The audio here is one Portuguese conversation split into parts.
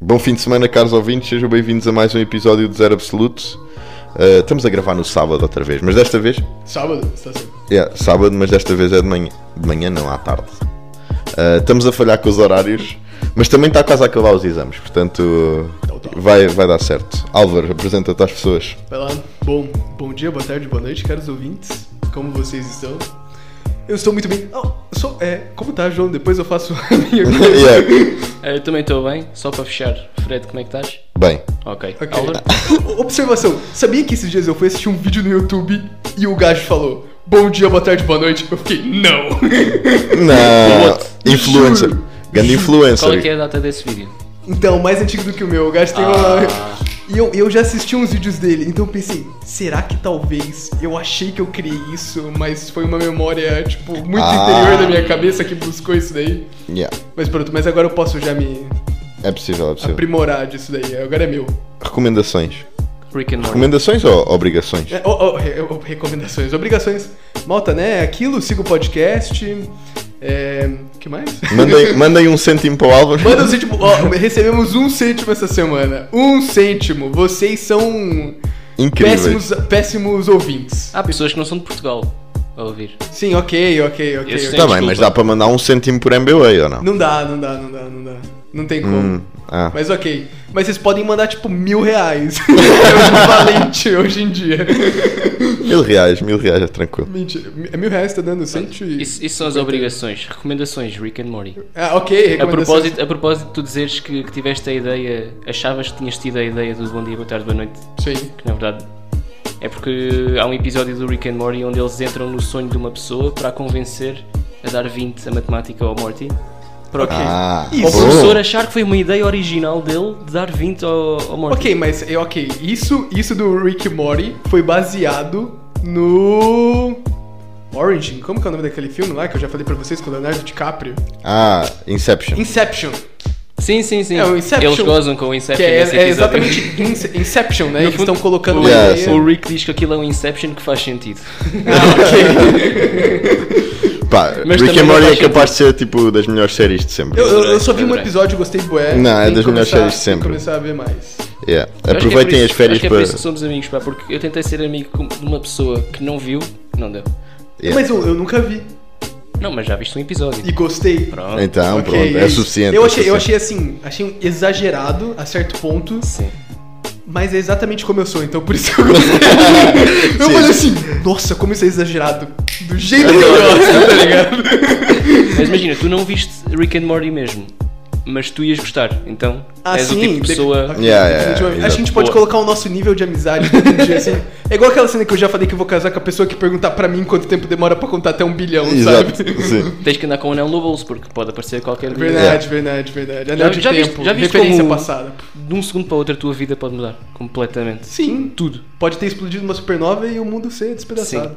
Bom fim de semana, caros ouvintes, sejam bem-vindos a mais um episódio de Zero Absoluto. Uh, estamos a gravar no sábado outra vez, mas desta vez. Sábado, está sempre. Yeah, sábado, mas desta vez é de manhã. De manhã não, à tarde. Uh, estamos a falhar com os horários, mas também está quase a acabar os exames, portanto. Então, tá. Vai, vai dar certo. Álvaro, apresenta-te às pessoas. Vai lá. Bom, bom dia, boa tarde, boa noite, caros ouvintes. Como vocês estão? Eu estou muito bem. Oh, eu sou, é, como tá, João? Depois eu faço a minha coisa. Yeah. Eh, Eu também estou bem, só para fechar. Fred, como é que estás? Bem, Ok. Ok. Álvaro? O- Observação. Sabia que esses dias eu fui assistir um vídeo no YouTube e o gajo falou Bom dia, boa tarde, boa noite. Eu fiquei, não. não. Influencer. Juro. Grande influencer. Qual é, que é a data desse vídeo? Então, mais antigo do que o meu. O gajo tem uma... Ah. E eu, eu já assisti uns vídeos dele, então eu pensei, será que talvez eu achei que eu criei isso, mas foi uma memória, tipo, muito Ah. interior da minha cabeça que buscou isso daí? Yeah, Mas pronto, mas agora eu posso já me É possível, é possível. aprimorar disso daí, agora é meu. Recomendações. Rick and Morty. Recomendações ou obrigações? É, oh, oh, re- oh, recomendações, obrigações. Malta, né? Aquilo, siga o podcast. É. que mais? Mandem, mandem um cêntimo para o Álvaro. Manda um cêntimo. Ó, recebemos um cêntimo essa semana. Um cêntimo. Vocês são Incríveis. péssimos, péssimos ouvintes. Há pessoas que não são de Portugal a ouvir. Sim, ok, ok, ok. Esse ok. tem- Tá bem, mas desculpa. dá para mandar um cêntimo por MBA ou não? Não dá, não dá, não dá, não dá. Não tem como. Hum, ah. Mas ok. Mas vocês podem mandar tipo mil reais. é o equivalente hoje em dia. Mil reais, mil reais é tranquilo. Mentira. É mil reais tá dando cento e... Isso, isso são as obrigações. Recomendações, Rick and Morty. Ah, ok. recomendações. A É propósito, a propósito, tu dizeres que, que tiveste a ideia, achavas que tinhas tido a ideia do Bom Dia, Boa Tarde, Boa Noite, Sim. que na verdade é porque há um episódio do Rick and Morty onde eles entram no sonho de uma pessoa para a convencer a dar 20 a matemática ao Morty. Para o quê? Ah, Isso. Ao Bom. professor achar que foi uma ideia original dele de dar 20 ao, ao Morty. Ok, mas é, ok, isso, isso do Rick Mori foi baseado no Origin. Como que é o nome daquele filme lá que eu já falei pra vocês com o Leonardo DiCaprio? Ah, Inception. Inception. Sim, sim, sim. É, o Inception. Eles gozam com o Que Inception. é, nesse é episódio. exatamente Ince- Inception, né? No Eles fundo, estão colocando o, uma Yeah, ideia. sim. o Rick diz que aquilo é um Inception que é faz sentido. Ah, Pá, Mas Rick também and não Morty é faz capaz de ser tipo das melhores séries de sempre. Eu, eu- eu só Adorei, vi um adorei. episódio, e gostei bué. Não, é Tem que das melhores começar- séries de tem que sempre. começar a ver mais. Yeah. Eu acho que é Aproveitem por as isso- férias acho que é para. por isso que somos amigos, pá, porque eu tentei ser amigo com- de uma pessoa que não viu, não deu. Yeah. Mas eu, eu nunca vi Não, mas já viste um episódio. e gostei. Pronto. Então, Ok, pronto, é isso. suficiente. Eu é achei, eu suficiente. achei assim, achei um exagerado a certo ponto. Sim. Mas é exatamente como eu sou, então por isso que eu gostei. eu Sim. falei assim, nossa, como isso é exagerado. Do jeito que eu gosto, tá ligado? Mas imagina, tu não viste Rick and Morty mesmo, mas tu ias gostar, então Ah, és sim, o tipo de de- pessoa. ok, Yeah, yeah, definitivamente. yeah, Acho que a gente exato. pode Boa. colocar o nosso nível de amizade todo dia, assim. É igual aquela cena que eu já falei que eu vou casar com a pessoa que perguntar pra mim quanto tempo demora pra contar até um bilhão, Exato, sabe? sim. Tens que andar com o anel no bolso porque pode aparecer qualquer dia. É Verdade, verdade, verdade. Anel Já- de já viste- tempo, já viste referência como- passada. De um segundo para o outro a tua vida pode mudar completamente. Sim, Tudo. pode ter explodido uma supernova e o mundo ser despedaçado.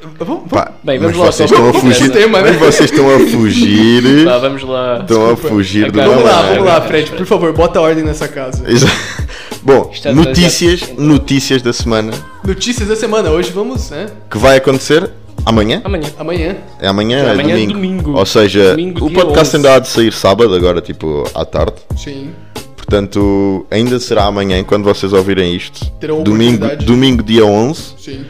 Vamos, vamos. Pá, Bem, mas vamos lá, vocês só- estão a vamos Tá fugir. pro tema, né? Mas vocês estão a fugir. Vá, vamos lá. Estão a fugir do Acabou. Vamos lá, problema. vamos lá, Verdade, Fred, por verdade. favor, bota ordem nessa casa. Exa- Bom, Isto é notícias, demasiado- notícias da semana Notícias da semana, hoje vamos, né? que vai acontecer amanhã. Amanhã. Amanhã. É amanhã, é Amanhã é domingo. domingo. Ou seja, Domingo, o dia podcast 11. ainda há de sair sábado, agora tipo à tarde. Sim. Portanto, ainda será amanhã quando vocês ouvirem isto. Terão a domingo, oportunidade. domingo, dia 11. Sim.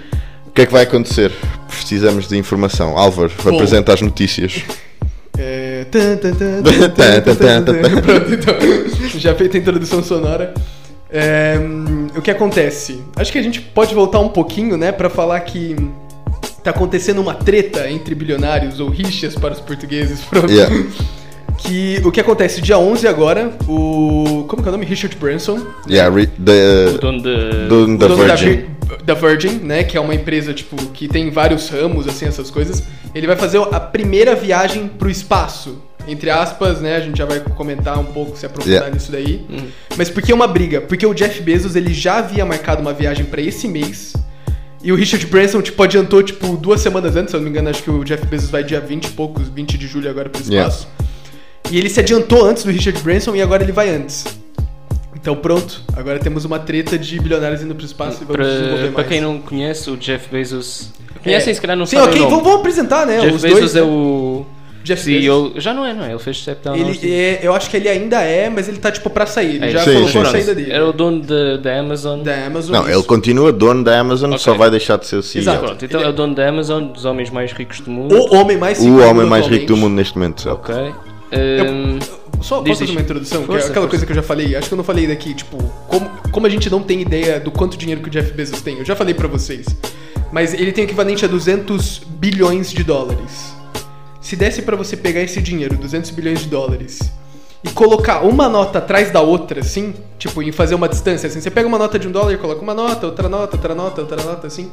O que é que vai acontecer? Precisamos de informação. Álvaro, Bom. apresenta as notícias. É... tan, tan, tan, tan, tan, tan, tan, tan. Pronto, então. Já feita a introdução sonora. É, hum, o que acontece? Acho que a gente pode voltar um pouquinho, né, pra falar que tá acontecendo uma treta entre bilionários ou rixas para os portugueses. Pronto. Yeah. Que o que acontece dia 11 agora, o como que é o nome? Richard Branson, né? Yeah, re- O the, uh, dono de... do- da o dono Virgin. Da, Vir- da Virgin, né? Que é uma empresa, tipo, que tem vários ramos, assim, essas coisas. Ele vai fazer a primeira viagem pro espaço. Entre aspas, né? A gente já vai comentar um pouco, se aprofundar Yeah. nisso daí. Mas por que é uma briga? Porque o Jeff Bezos, ele já havia marcado uma viagem pra esse mês. E o Richard Branson, tipo, adiantou, tipo, duas semanas antes. Se eu não me engano, acho que o Jeff Bezos vai dia 20 e poucos, 20 de julho agora pro Yeah. espaço. E ele se adiantou antes do Richard Branson e agora ele vai antes. Então pronto, agora temos uma treta de bilionários indo pro espaço e vamos desenvolver Para, mais. É. para quem não conhece, o Jeff Bezos. Conhecem, se calhar não Sim, sabem ok, o nome. vamos, vamos apresentar, né? Jeff os Bezos dois, é o Jeff E Bezos. eu já não é, não é? Ele fez step down. há uns Ele é- eu acho que ele ainda é, mas ele tá tipo pra sair. Ele É, já sim, colocou sim. a Pronto. saída dele. Era o dono da, da Amazon. Da Amazon. Não, é isso. ele continua dono da Amazon, só Ok. vai deixar de ser o CEO. Exato. Pronto, então Ele- Oh! é o dono da Amazon, dos homens mais ricos do mundo. O homem mais O rico homem mais atualmente. rico do mundo neste momento. certo? Ok. Ehm, Só Diz, posso fazer diz. uma introdução? que é Força, aquela força. coisa que eu já falei. Acho que eu não falei daqui, tipo, como, como a gente não tem ideia do quanto dinheiro que o Jeff Bezos tem. Eu já falei pra vocês. Mas ele tem o equivalente a 200 bilhões de dólares. Se desse pra você pegar esse dinheiro, 200 bilhões de dólares, e colocar uma nota atrás da outra, assim, tipo, e fazer uma distância, assim, você pega uma nota de um dólar e coloca uma nota, outra nota, outra nota, outra nota, assim,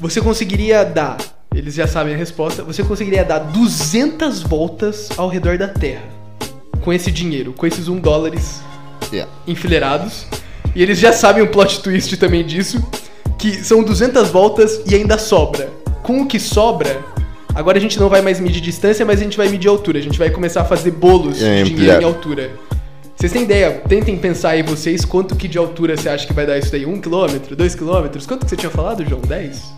você conseguiria dar, eles já sabem a resposta, você conseguiria dar 200 voltas ao redor da Terra com esse dinheiro, com esses 1 dólares Yeah. enfileirados. E eles já sabem o plot twist também disso, que são 200 voltas e ainda sobra. Com o que sobra, agora a gente não vai mais medir distância, mas a gente vai medir altura. A gente vai começar a fazer bolos É, de dinheiro empilhar. em altura. Vocês têm ideia? Tentem pensar aí vocês quanto que de altura você acha que vai dar isso daí? 1 km, 2 km? Quanto que você tinha falado, João? 10?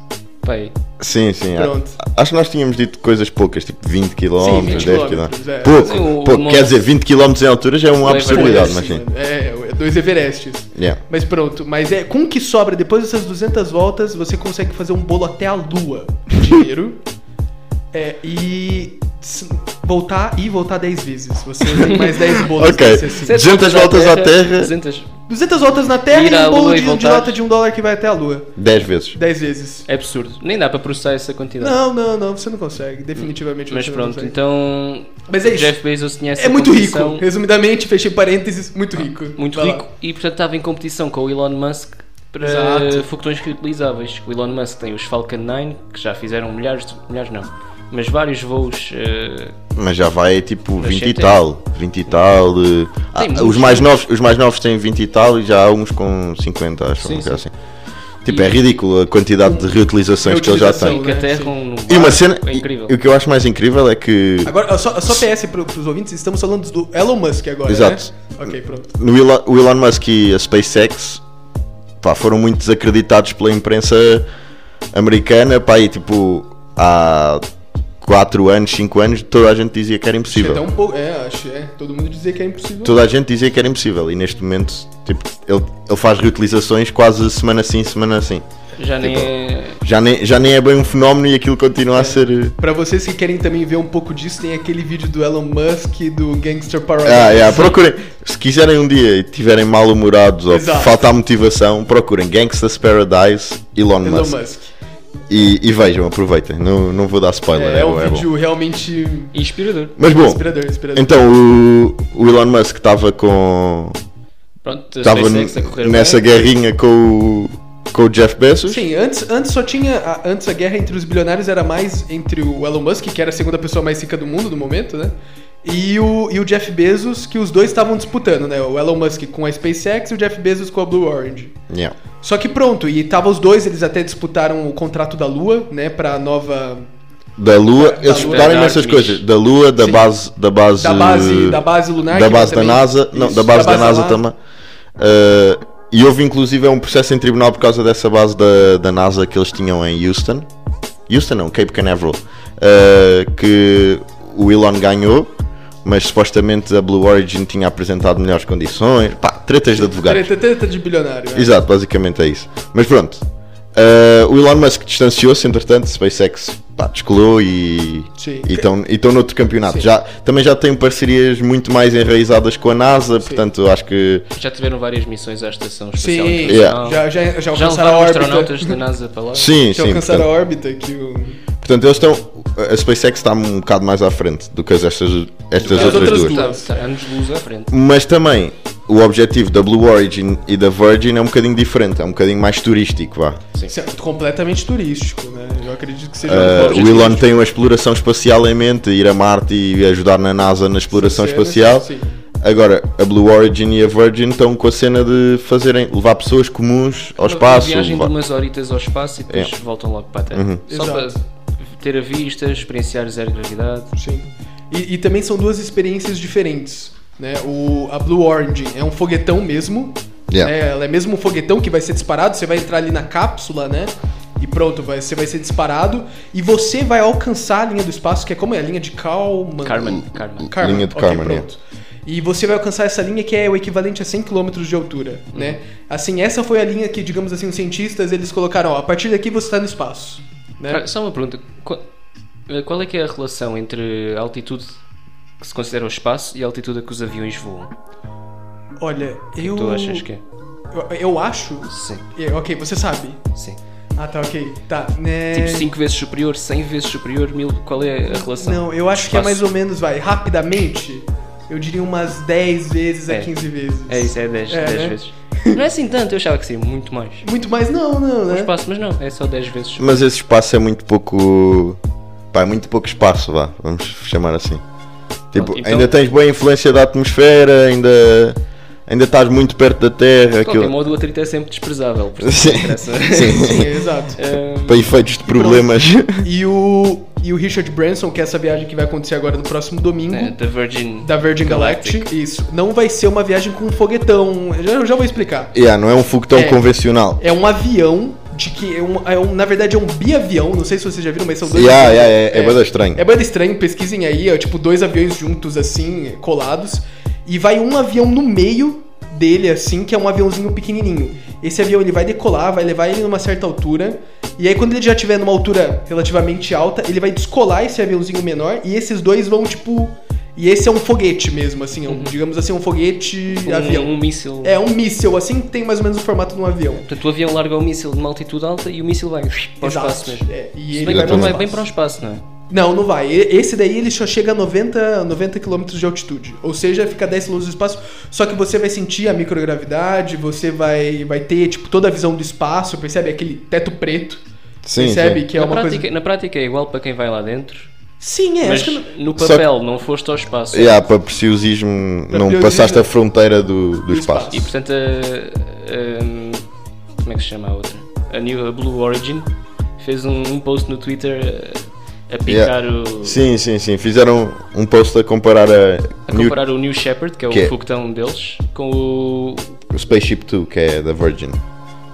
pai, Sim, sim. a- Pronto. Acho que nós tínhamos dito coisas poucas, tipo 20 km, Sim, 10 20 km. quilômetros, é. Pouco, Sim, o- pouco. o Quer Monte- dizer, 20 km em altura já é uma Não é absurdidade, Pô, mas é assim, sim. mano. É, é dois Everestes. Yeah. Mas pronto, mas é com o que sobra depois dessas 200 voltas, você consegue fazer um bolo até a lua de dinheiro. é, e s- voltar e voltar 10 vezes. Você tem mais 10 bolos Ok. desse, assim. 200 voltas à Terra. 200. 200 voltas na Terra Ir e à um bolo Lua e de, de voltar. nota de um dólar que vai até a lua. 10 vezes. 10 vezes. É absurdo. Nem dá para processar essa quantidade. Não, não, não, você não consegue. Definitivamente É. Mas você não pronto, consegue. então. Mas é isso. Jeff Bezos tinha essa É muito rico. competição, Resumidamente, fechei parênteses, muito rico. Muito Vai lá. rico. E portanto estava em competição com o Elon Musk para Exato. foguetões reutilizáveis. O Elon Musk tem os Falcon 9, que já fizeram milhares de. milhares não. Mas vários voos. eh, Mas já vai tipo Mas 20 sim, e tem. tal. 20 e tal. eh, ah, muitos. os, mais novos, os mais novos têm 20 e tal e já há uns com 50, acho. Sim, uma coisa sim. assim. Tipo, é ridículo a quantidade de reutilizações que eles já Reutilização, têm. que né? aterram no. E uma barco. cena. É incrível. e o que eu acho mais incrível é que. Agora, só, só PS pro, pros ouvintes, estamos falando do Elon Musk agora, Exato. né? Ok, pronto. no Elon, o Elon Musk e a SpaceX pá, foram muito desacreditados pela imprensa americana pá, e tipo há 4 anos, 5 anos toda a gente dizia que era Acho que até impossível um pouco... É, acho, é. Todo mundo dizia que é impossível. toda a gente dizia que era impossível e neste momento tipo, ele, ele faz reutilizações quase semana sim, semana sim Já nem é. já nem, já nem é bem um fenómeno e aquilo continua É. a ser eh, Pra vocês que querem também ver um pouco disso, tem aquele vídeo do Elon Musk e do Gangster Paradise. Ah, yeah, procurem. Se quiserem um dia e tiverem mal-humorados ou Exato. faltar motivação, procurem Gangsta's Paradise Elon, Elon Musk. Musk. E, e vejam, aproveitem. Não, não vou dar spoiler. É, É, é bom, um é bom. vídeo realmente Inspirador. Mas bom, inspirador, inspirador. então o, o Elon Musk estava com. Pronto, Estava SpaceX a correr nessa bem. guerrinha com o, com o Jeff Bezos. Sim, antes, antes só tinha. a- Antes a guerra entre os bilionários era mais entre o Elon Musk, que era a segunda pessoa mais rica do mundo no momento, né? E o, e o Jeff Bezos, que os dois estavam disputando, né? O Elon Musk com a SpaceX e o Jeff Bezos com a Blue Orange. Yeah. Só que pronto, e tava os dois, eles até disputaram o contrato da Lua, né? Pra nova. Da Lua, Da eles Lua. disputaram Da essas Artemis. coisas. Da Lua, da Sim. base, da base. Da base, da base da lunar. que vai base da também- NASA, não, Isso, da base da, NASA lá. também. Ah, e houve inclusive um processo em tribunal por causa dessa base da, da NASA que eles tinham em Houston. Houston não, Cape Canaveral. Ah, que o Elon ganhou, mas supostamente a Blue Origin tinha apresentado melhores condições. Pá, tretas de advogados. Treta, treta de bilionário. né? Exato, basicamente é isso. Mas pronto. ah, o Elon Musk distanciou-se, entretanto, SpaceX pá, descolou e Sim. e estão e estão noutro campeonato. Sim. Já, também já têm parcerias muito mais enraizadas com a NASA, portanto acho que Já tiveram várias missões à Estação Espacial Sim, Yeah. Internacional. já, já, já Já alcançaram a levaram órbita. astronautas da NASA para lá. sim, Já sim. alcançaram a Portanto, órbita que o. portanto, eles estão. A SpaceX está um bocado mais à frente do que as- estas, estas que outras, as outras duas. Está, está anos de luz tá, à frente. Mas também o objetivo da Blue Origin e da Virgin é um bocadinho diferente, é um bocadinho mais turístico. Vá. Isso é completamente turístico, né? Eu acredito que seja Ah, um o é Elon tem uma exploração espacial em mente, ir a Marte e ajudar na NASA na exploração é espacial. Sim. Agora, a Blue Origin e a Virgin estão com a cena de fazerem, levar pessoas comuns ao espaço. É. Uhum. Uma viagem levar- de umas horitas ao espaço e depois voltam logo para a Terra. Só Exato. para ter a vista, experienciar zero gravidade. sim. E, e também são duas experiências diferentes. Né? O, a Blue Orange é um foguetão mesmo. é Yeah. né? Ela é mesmo um foguetão que vai ser disparado, você vai entrar ali na cápsula, né? e pronto, vai- você vai ser disparado e você vai alcançar a linha do espaço, que é como é? A linha de Kalman. Carmen, Carmen. Karman. Linha de Ok, Karman, pronto. E você vai alcançar essa linha que é o equivalente a 100 km de altura, né? Assim, essa foi a linha que, digamos assim, os cientistas, eles colocaram, ó, a partir daqui você está no espaço, né? Cara, Só uma pergunta. Qu- eh, Qual é que é a relação entre a altitude que se considera o espaço e a altitude a que os aviões voam? Olha, eu... Tu achas que é? Eu, eu acho... Sim, é, ok, você sabe. sim. Ah, tá, ok. Tá, né... Tipo 5 vezes superior, 100 vezes superior, mil. Qual é a relação? Não, eu acho que é Espaço. mais ou menos, vai, rapidamente, eu diria umas 10 vezes a É. 15 vezes. É isso, é 10 É, né? vezes. Não é assim tanto, eu achava que sim, muito mais. Muito mais não, não, O né? espaço, mas não, é só 10 vezes. Mas esse espaço é muito pouco. Pá, é muito pouco espaço, vá, vamos chamar assim. Tipo, Pronto, então- ainda tens boa influência da atmosfera, ainda. Ainda estás muito perto da Terra. De qualquer Aquilo... modo, o atrito é sempre desprezável. portanto, Sim, não interessa. sim. Sim, é, exato. Eh, Para efeitos de problemas. E o, e o Richard Branson, que é essa viagem que vai acontecer agora no próximo domingo, né, The Virgin. da Virgin Galactic. isso, não vai ser uma viagem com um foguetão, eu já, eu já vou explicar. yeah, não é um foguetão É. convencional. É um avião, de que é um, é um- na verdade é um biavião, não sei se vocês já viram, mas são dois Yeah, aviões. yeah, é, é, banda estranha. É banda estranho, pesquisem aí, é tipo dois aviões juntos assim, colados, e vai um avião no meio dele assim, que é um aviãozinho pequenininho. Esse avião ele vai decolar, vai levar ele numa certa altura, e aí quando ele já estiver numa altura relativamente alta, ele vai descolar esse aviãozinho menor e esses dois vão tipo e esse é um foguete mesmo, assim, é um- digamos assim, um foguete Uhum. Um, avião. um míssil. É um míssil, assim, que tem mais ou menos o formato de um avião. Portanto, o avião larga o míssil de uma altitude alta e o míssil vai para o Exato. espaço mesmo. É, e Se ele bem que vai não vai pro bem espaço. para o espaço, não é? Não, não vai. E- Esse daí ele só chega a 90, 90 km de altitude. Ou seja, fica 10 km do espaço. Só que você vai sentir a microgravidade, você vai, vai ter tipo, toda a visão do espaço, percebe? Aquele teto preto. Sim, percebe sim. que é na, uma prática, coisa. na prática é igual para quem vai lá dentro, Sim, é. mas acho que não- no papel não foste ao espaço. Yeah, para preciosismo, Para não preciosismo- passaste a fronteira do, do do espaço. espaço. E portanto, a, a- como é que se chama a outra? A, New, a Blue Origin fez um, um post no Twitter a, a picar o. Sim, sim, sim. Fizeram um post a comparar a, A New comparar o New Shepard, que é o Que é- foguetão deles, com o. Spaceship 2, que é da Virgin.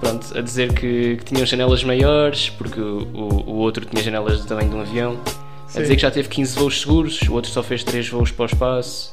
Pronto, a dizer que, que tinham janelas maiores, porque o, o- o outro tinha janelas do tamanho de um avião. A dizer que já teve 15 voos seguros, o outro só fez 3 voos para o espaço.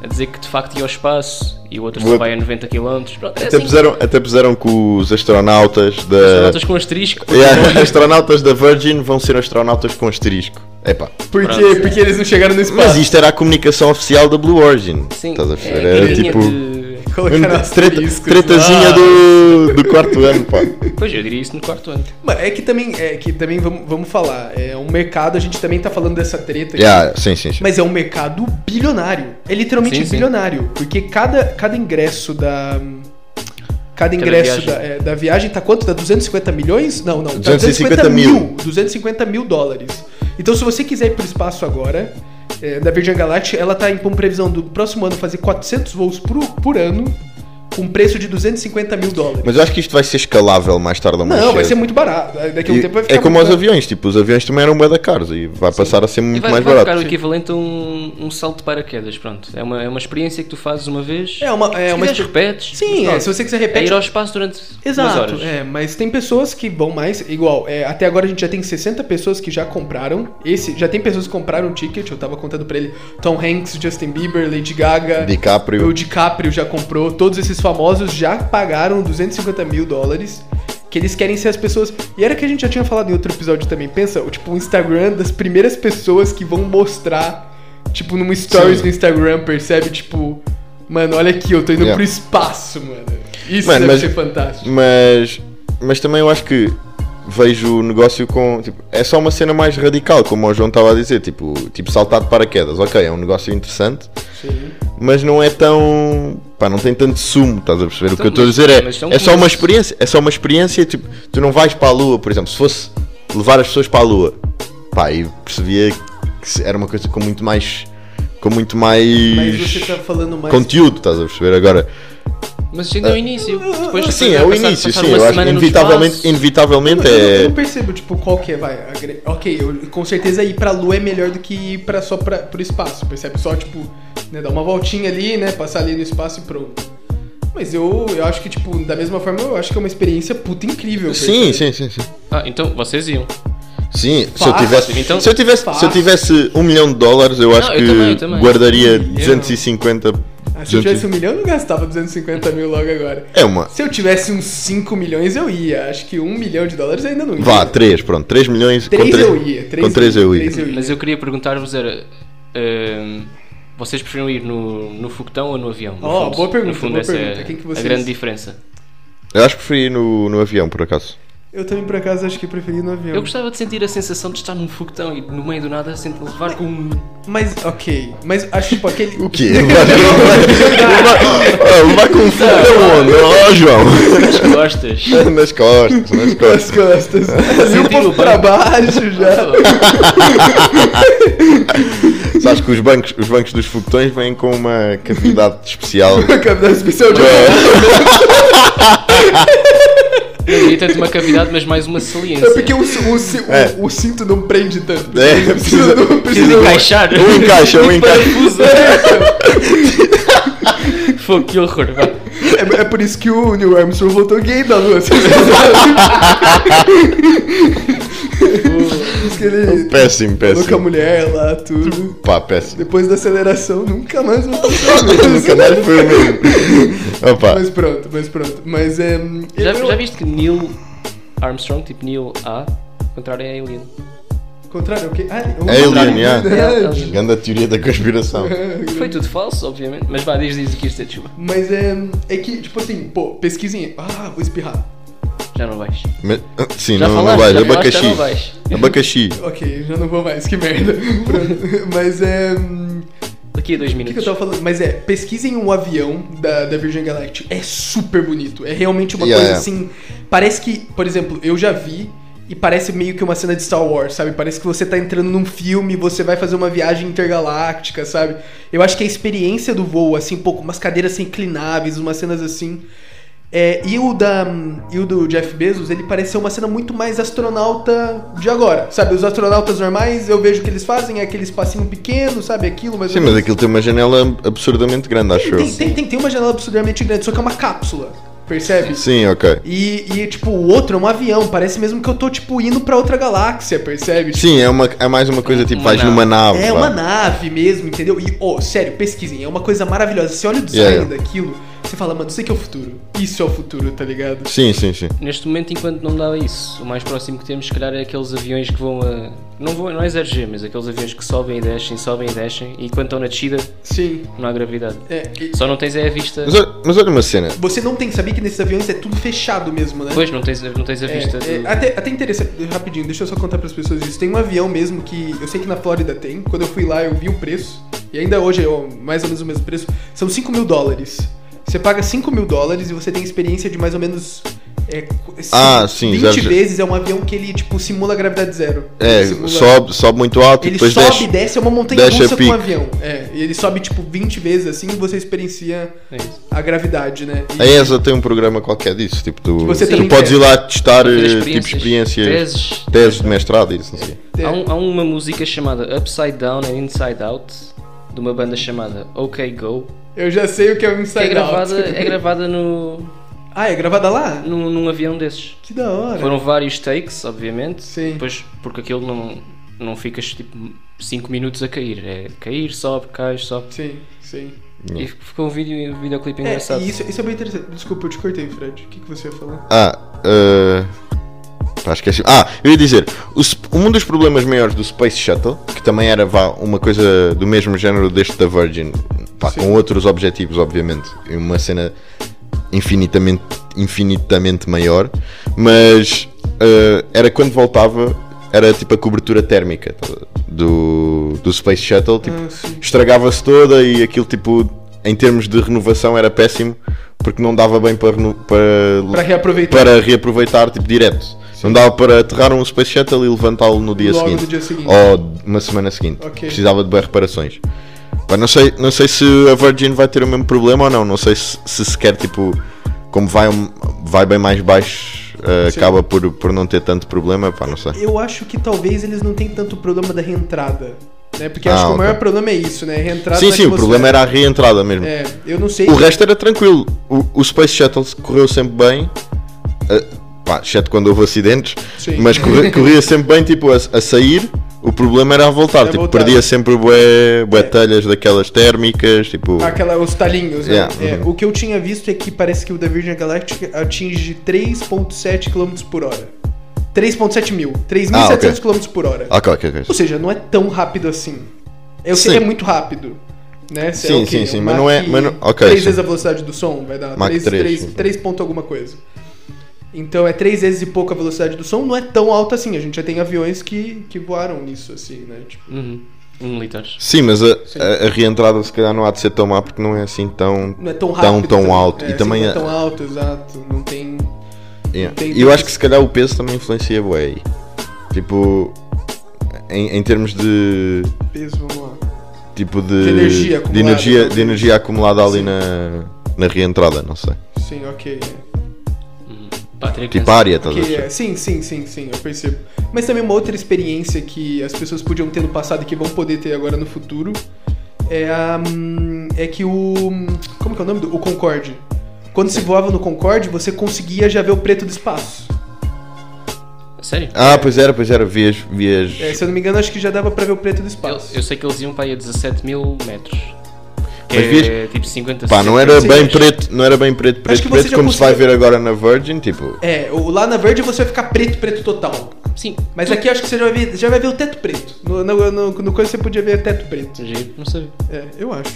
A dizer que de facto ia ao espaço e o outro O só outro- vai a 90 km. Pronto, é Até assim. puseram, até puseram que os astronautas da. Astronautas com asterisco. porque é Yeah, astronautas da Virgin vão ser astronautas com asterisco. Epá. Por Pronto. quê? Porque eles não chegaram no espaço. Mas isto era a comunicação oficial da Blue Origin. Sim, Estás a perceber? é, era a linha tipo. de- Colocaram né? Treta, asteriscos tretazinha lá. do, do quarto ano, pá. Ah. Pois, eu diria isso no quarto ano. Mano, é que também, é que também vamos, vamos falar. É um mercado, a gente também tá falando dessa treta aqui. Yeah, sim, sim, sim. Mas é um mercado bilionário. É literalmente Sim, sim. bilionário. Porque cada, cada ingresso da. Cada ingresso viagem. da, é, da viagem tá quanto? Dá 250 milhões? Não, não. Tá 250 mil. 250 mil dólares. Então, se você quiser ir pro espaço agora, é, da Virgin Galactic, ela tá em com previsão do próximo ano fazer 400 voos por, por ano, com preço de 250 mil dólares. Mas eu acho que isto vai ser escalável mais tarde ou mais não, vai cedo. ser muito barato. Daqui a um E tempo vai ficar. é como muito os barato. aviões, tipo, os aviões também eram bué da caros e vai passar a ser E muito vai, mais vai ficar barato. o equivalente a um, um salto de paraquedas, pronto. É uma, é uma experiência que tu fazes uma vez. É uma. É se uma... quiseres, repetes. mas Sim, pronto. é, se você quiser É repetir. ir ao espaço durante umas Exato, horas. é, mas tem pessoas que vão mais, igual, é, até agora a gente já tem 60 pessoas que já compraram, esse, já tem pessoas que compraram o ticket, eu tava contando pra ele, Tom Hanks, Justin Bieber, Lady Gaga, o DiCaprio. DiCaprio já comprou, todos esses famosos já pagaram 250 mil dólares, que eles querem ser as pessoas, e era que a gente já tinha falado em outro episódio também, pensa, o, tipo, o Instagram das primeiras pessoas que vão mostrar, tipo, numa stories Sim. no Instagram, percebe, tipo, mano, olha aqui, eu tô indo Yeah. pro espaço, mano, isso Mano, deve mas- ser fantástico. Mas, mas também eu acho que vejo o negócio com. Tipo, é só uma cena mais radical, como o João estava a dizer, tipo, tipo saltar de paraquedas. Ok, é um negócio interessante, Sim. mas não é tão. Pá, não tem tanto sumo, estás a perceber? O que Então, eu estou a mas- dizer mas é. são É só uma coisas. experiência. É só uma experiência, tipo, tu não vais para a lua, por exemplo, se fosse levar as pessoas para a lua, pá, e percebia que se- era uma coisa com muito mais. Com muito mais. Mas você tá falando mais. Conteúdo, estás a perceber? Agora, Mas isso ainda é o início. Depois Ah. sim, passar- é o passar- início, passar sim, uma eu acho que semana no inevitavelmente, espaço. inevitavelmente Eu, não- eu é. não percebo, tipo, qual que é, vai. a gre- Ok, eu, com certeza ir pra lua é melhor do que ir pra, só pra, pro espaço, percebe? Só, tipo, né, dar uma voltinha ali, né? Passar ali no espaço e pronto. Mas eu, eu acho que, tipo, da mesma forma, eu acho que é uma experiência puta incrível. Sim, sim, sim, sim. Ah, então vocês iam. Sim, se eu Fácil, tivesse, então, se eu tivesse, se eu fácil. tivesse um milhão de dólares, eu acho eu que também, eu também. guardaria Eu- 250. Ah, se eu tivesse um milhão, eu não gastava 250 mil logo agora. É uma. Se eu tivesse uns 5 milhões, eu ia. Acho que um milhão de dólares ainda não ia. Vá, 3, pronto, 3 milhões. Três com três- eu ia, três com 3 eu ia. três eu ia. Mas eu queria perguntar-vos era. ehm, vocês preferiam ir no, no foguetão ou no avião? No Oh, boa pergunta, No fundo, boa essa pergunta. é Quem que a vocês- grande diferença. Eu acho que preferi ir no, no avião, por acaso. Eu também, por acaso, acho que preferi no avião. Eu gostava de sentir a sensação de estar num foguetão e no meio do nada sente levar com um. Mas, ok. Mas acho tipo aquele. O quê? Levar- Levar levar com fogo aonde? Ó, João! As costas. Nas costas, nas As costas. costas. E um Senti no pouco pra baixo já. Sabes que os bancos, os bancos dos foguetões vêm com uma cavidade especial. Cavidade especial de É. Eu queria tanto uma cavidade, mas mais uma saliência. É porque o, o, o, É. o cinto não prende tanto. É, Precisa- precisa- não- Preciso não- encaixar. Um encaixa, um Parafuso. encaixa. Fogo, que horror. vá. É, é por isso que o Neil Armstrong voltou gay da lua. sabe? por isso que ele Péssimo, colocou É um a péssimo. mulher lá, tudo. Pá, péssimo. Depois da aceleração, nunca mais voltou. Nunca mais foi o mesmo. Opa. Mas pronto, mas pronto. Mas é. hum, Já, eu- já viste que Neil Armstrong, tipo Neil A, ao contrário é Alien. Contrário, o quê? Ah, o- É Alien, verdade. yeah. Grande teoria da conspiração. É, Uhum. Foi tudo falso, obviamente. Mas vá, diz, diz o que isto é desculpa. Mas é. É que, tipo assim, pô, pesquisem. Ah, vou espirrar. Já não vais. Mas- ah, sim, Já não, não falaste, vais. já falaste, já Abacaxi. não vais. Abacaxi. Ok, já não vou mais, que merda. Pronto. Mas é. hum, Daqui a dois O que, que eu minutos. tava falando? Mas é, pesquisem o avião da, da Virgin Galactic. É super bonito. É realmente uma Yeah, coisa yeah. assim. Parece que, por exemplo, eu já vi e parece meio que uma cena de Star Wars, sabe? Parece que você tá entrando num filme, você vai fazer uma viagem intergaláctica, sabe? Eu acho que a experiência do voo, assim, um pouco, umas cadeiras assim, inclináveis, umas cenas assim. É, e, o da, e o do Jeff Bezos, ele pareceu uma cena muito mais astronauta de agora, sabe? Os astronautas normais, eu vejo o que eles fazem, é aquele espacinho pequeno, sabe? Aquilo, mas Sim, mas aquilo tem uma janela absurdamente grande, acho tem, eu. tem, tem, tem uma janela absurdamente grande, só que é uma cápsula, percebe? Sim, ok. E, e, tipo, o outro é um avião, parece mesmo que eu tô, tipo, indo pra outra galáxia, percebe? Tipo, Sim, é, uma, é mais uma coisa tipo, Uma vais nave. numa nave. é vá. uma nave mesmo, entendeu? E, ó, sério, pesquisem, é uma coisa maravilhosa. Você olha o design Yeah, yeah. daquilo, você fala, mano, isso aqui é o futuro. Isso é o futuro, tá ligado? Sim, sim, sim. Neste momento, enquanto não dá isso, o mais próximo que temos, se calhar, é aqueles aviões que vão a. Não, vão, não é 0G, mas aqueles aviões que sobem e descem, sobem e descem, e quando estão na descida, Sim. não há gravidade. É, e- Só não tens é a vista. Mas olha, mas olha uma cena. você não tem, sabia que nesses aviões é tudo fechado mesmo, né? Pois, não tens, não tens a É, vista. é, do- até, até interessante, rapidinho, deixa eu só contar pras pessoas isso. Tem um avião mesmo que eu sei que na Flórida tem. Quando eu fui lá, eu vi o preço. E ainda hoje é ó, mais ou menos o mesmo preço. São 5 mil dólares. Você paga 5 mil dólares e você tem experiência de mais ou menos. É, c- Ah, sim, 20 zero- vezes é um avião que ele, tipo, simula gravidade zero. É, Ele simula- sobe, sobe muito alto e Ele depois sobe desce. e desce, é uma montanha desce a russa com um pico. avião. É, e ele sobe, tipo, 20 vezes assim e você experiencia É isso. a gravidade, né? E- A ESA tem um programa qualquer disso. Tipo, tu, você tu também podes quer. ir lá testar Fazer eh, tipo, experiências, teses. Teses. de mestrado e isso, não sei. Há, um- há uma música chamada Upside Down and Inside Out, de uma banda chamada OK Go, Eu já sei o que é o que é Inside Out. gravada, é gravada no, Ah, é gravada lá? num, num avião desses. Que da hora. Foram vários takes, obviamente. Tá Sim. Depois, porque aquilo não, não ficas tipo 5 minutos a cair. É cair, sobe, cai, sobe. Sim, sim. Não. E ficou um vídeo, um videoclipe É, engraçado. e isso, isso é bem interessante. Desculpa, eu te cortei, Fred. O que, que você ia falar? Ah, eh, pá, esqueci. Ah, eu ia dizer, o sp- um dos problemas maiores do Space Shuttle, que também era vá, uma coisa do mesmo género deste da Virgin, pá, Sim. com outros objetivos, obviamente, e uma cena infinitamente, infinitamente maior, mas eh, era quando voltava, era tipo a cobertura térmica tá, do, do Space Shuttle, tipo, Ah, sim. estragava-se toda e aquilo tipo em termos de renovação era péssimo porque não dava bem para reno- Pra para, reaproveitar para reaproveitar tipo direto não dava para aterrar um space shuttle e levantá-lo no dia logo seguinte no dia seguinte. ou uma semana seguinte Ok. precisava de boas reparações Pá, não sei não sei se a Virgin vai ter o mesmo problema ou não não sei se, se sequer tipo como vai um- vai bem mais baixo eh, Sim. acaba por, por não ter tanto problema Pá, não sei Eu acho que talvez eles não tenham tanto problema da reentrada. né? Porque acho Ah, que o maior ok. problema é isso, né? Reentrada Sim, na sim, o atmosfera. problema era a reentrada mesmo. É, eu não sei. O resto era tranquilo. O, o Space Shuttle correu sempre bem. Ah, pá, exceto quando houve acidentes. Sim. Mas corre- corria, sempre bem, tipo, a, a sair. O problema era a voltar. A tipo, voltar. perdia sempre bué, bué É. Ah, talhas daquelas térmicas. Tipo, Aquela, os talinhos, né? Yeah, É, uhum. O que eu tinha visto é que parece que o da Virgin Galactic atinge 3.7 km por hora. 3.7 mil. 3.700 Ah, ok. km por hora. ah, qualquer coisa. Ou seja, não é tão rápido assim. Eu sei Sim. que é muito rápido. Né? Se Sim, o quê? sim, sim, Um mas não é- Mach mas não- ok, três sim. vezes a velocidade do som, vai dar Mach 3, três, 3, sim. ponto alguma coisa. Então é três vezes e pouco a velocidade do som, não é tão alta assim. A gente já tem aviões que, que voaram nisso, assim, né? Tipo, Uhum. Militares. Sim, mas a, Sim. a- a reentrada se calhar não há de ser tão má porque não é assim tão. não é Tão- tão rápido. tão também. alto. E É, também sim, não é é- tão alto, exato. Não tem. Yeah. Tem E eu dois. acho que se calhar o peso também influencia bué aí. Tipo, em, em termos de. Peso, vamos lá. Tipo de. De energia acumulada, de energia, talvez. de energia acumulada ali Sim. na, na reentrada, não sei. Sim, ok. Uhum. Pá, teria que Tipo pensar. área, estás a Que ver? é- sim, sim, sim, sim, eu percebo. Mas também uma outra experiência que as pessoas podiam ter no passado e que vão poder ter agora no futuro é a. hum, É que o. Como que é o nome do? O Concorde. Quando se voava no Concorde, você conseguia já ver o preto do espaço. Sério? Ah, pois era, pois era, vias. vias... É, se eu não me engano, acho que já dava pra ver o preto do Eu, espaço. eu sei que eles iam para aí a 17 mil metros. Que Mas é vês- tipo 50 Pá, não 60. era Sim, bem acho- preto, não era bem preto, Acho preto, que você preto, já como se vai conseguiu- ver agora na Virgin, tipo. É, o- lá na verde você vai ficar preto, preto total. Sim. Mas é tu- aqui acho que você já vai ver, já vai ver o teto preto. No, no, no, no coisa você podia ver teto preto. Giro, não sei. É, eu acho.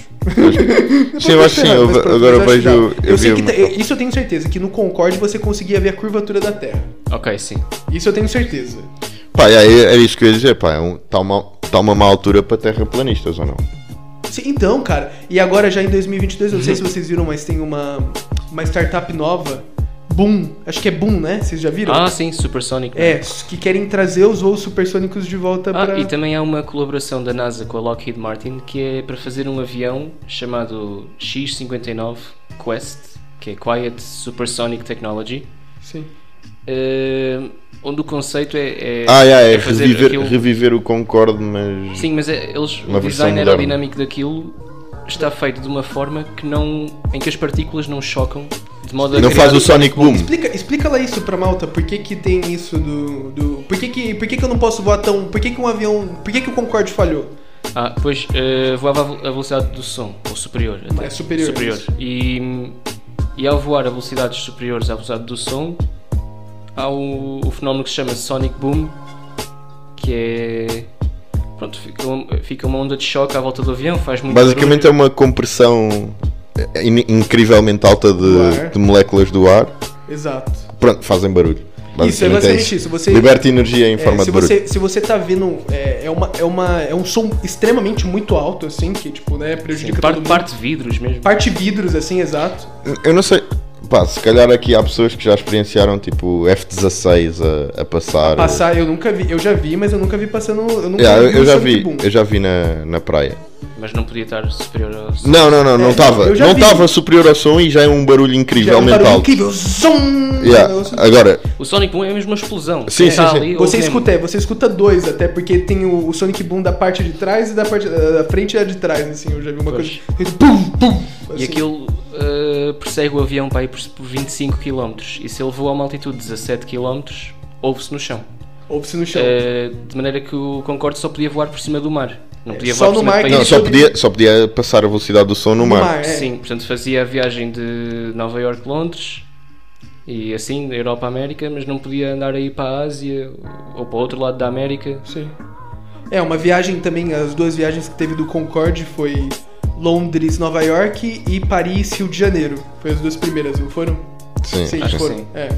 Sim, eu acho que sim, eu, Mas pronto, agora mas acho que vejo. dá. Eu, Eu sei vi que uma- te- isso eu tenho certeza, que no Concorde você conseguia ver a curvatura da Terra. Ok, sim. Isso eu tenho certeza. Pá, é, é- era isso que eu ia dizer, pá. Está um, tá uma, tá uma má altura para terraplanistas ou não? Sim, Então, cara, e agora já em 2022, eu não sei Uhum. se vocês viram, mas tem uma, uma startup nova, Boom, acho que é Boom, né? Vocês já viram? Ah, sim, Supersonic. É, que querem trazer os voos supersônicos de volta Ah, pra... e também há uma colaboração da NASA com a Lockheed Martin que é para fazer um avião chamado X-59 Quest, que é Quiet Supersonic Technology, Sim. eh, onde o conceito é, é, Ah, é, é, fazer reviver, aquilo- reviver o Concorde, mas. Sim, mas é- eles, Uma versão o design moderna. aerodinâmico daquilo está feito de uma forma que não, em que as partículas não chocam, de modo a Não criar faz um- o Sonic Boom. Explica, explica lá isso pra malta, por que que tem isso do... do por, que que, por que que eu não posso voar tão... Por que que um avião... Por que que o Concorde falhou? Ah, pois eh, voava a vel- a velocidade do som, ou superior até. É, superior, isso. E, e ao voar a velocidades superiores à velocidade do som, há o, o fenómeno que se chama Sonic Boom, que é. Pronto, fica, um- fica uma onda de choque à volta do avião, faz muito Basicamente é barulho. uma compressão eh, in- incrivelmente alta Do ar. de, de moléculas do ar. Exato. Pronto, fazem barulho. Isso, é Basicamente basicamente isso. Você, Liberta energia em é, forma se, de barulho. você, se você tá vendo. É, é uma, é, uma, é um som extremamente muito alto, assim, que, tipo, né, prejudica Parte, todo mundo. parte de vidros mesmo. Parte vidros, assim, exato. Eu não sei. Pá, se calhar aqui há pessoas que já experienciaram tipo F-16 a, a passar. eh. Passar, um eu nunca vi. Eu já vi, mas eu nunca vi passando. Eu, nunca Yeah, É, eu, vi eu já passando vi, boom. eu já vi na, na praia. Mas não podia estar superior ao som. Não, não, não, não É, estava. eu já não vi. estava superior ao som e já é um barulho Já é um incrivelmente barulho alto. É. incrível. Zum! É, Yeah, Eu- Agora, O Sonic Boom é mesmo uma explosão. Sim, Está sim, sim. ali, Você ouve mesmo. escuta, é, você escuta dois até, porque tem o, o Sonic Boom da parte de trás e da parte da da frente e da de trás, assim, eu já vi uma Pois. coisa. Bum, bum, E assim. aquilo uh, persegue o avião para ir por, por 25 km. E se ele voa a uma altitude de 17 km, ouve-se no chão. Ouve-se no Então. chão. Uh, de maneira que o Concorde só podia voar por cima do mar. Não É, podia só voar por no cima mar do que não, país. só podia, só podia passar a velocidade do som no No mar. mar, é. Sim, portanto fazia a viagem de Nova York, Londres e assim, da Europa à América, mas não podia andar aí para a Ásia ou para o outro lado da América. Sim. É, uma viagem também, as duas viagens que teve do Concorde foi Londres, Nova York e Paris, Rio de Janeiro. Foi as duas primeiras, não foram? Sim, Sim, acho que foram. sim. É.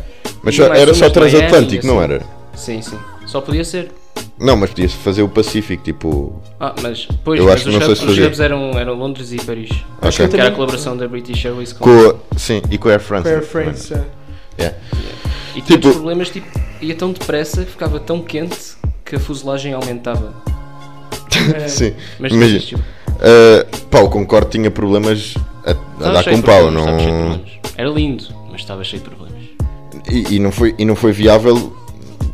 Mas E só- mais era umas só de Miami, transatlântico, não assim. era? Sim, sim. Só podia ser. Não, mas podia-se fazer o Pacífico, tipo. Ah, mas pois, Eu mas acho que os, não sei hubs, se os fazia. hubs eram, eram Londres e Paris. Acho ok. que Que era a Também- colaboração da British Airways com, Com a- sim, e com a Air France. Fair né? France, é. Yeah. E tinha Tipo- os problemas, tipo, ia tão depressa, ficava tão quente que a fuselagem aumentava. É. Sim, Mas imagina. desistiu. Uh, pá, o Concorde tinha problemas a, a Estava dar cheio com de pau, problemas, estava cheio de não. Tipo, problemas. Era lindo, mas estava cheio de problemas. E, e não foi, e não foi viável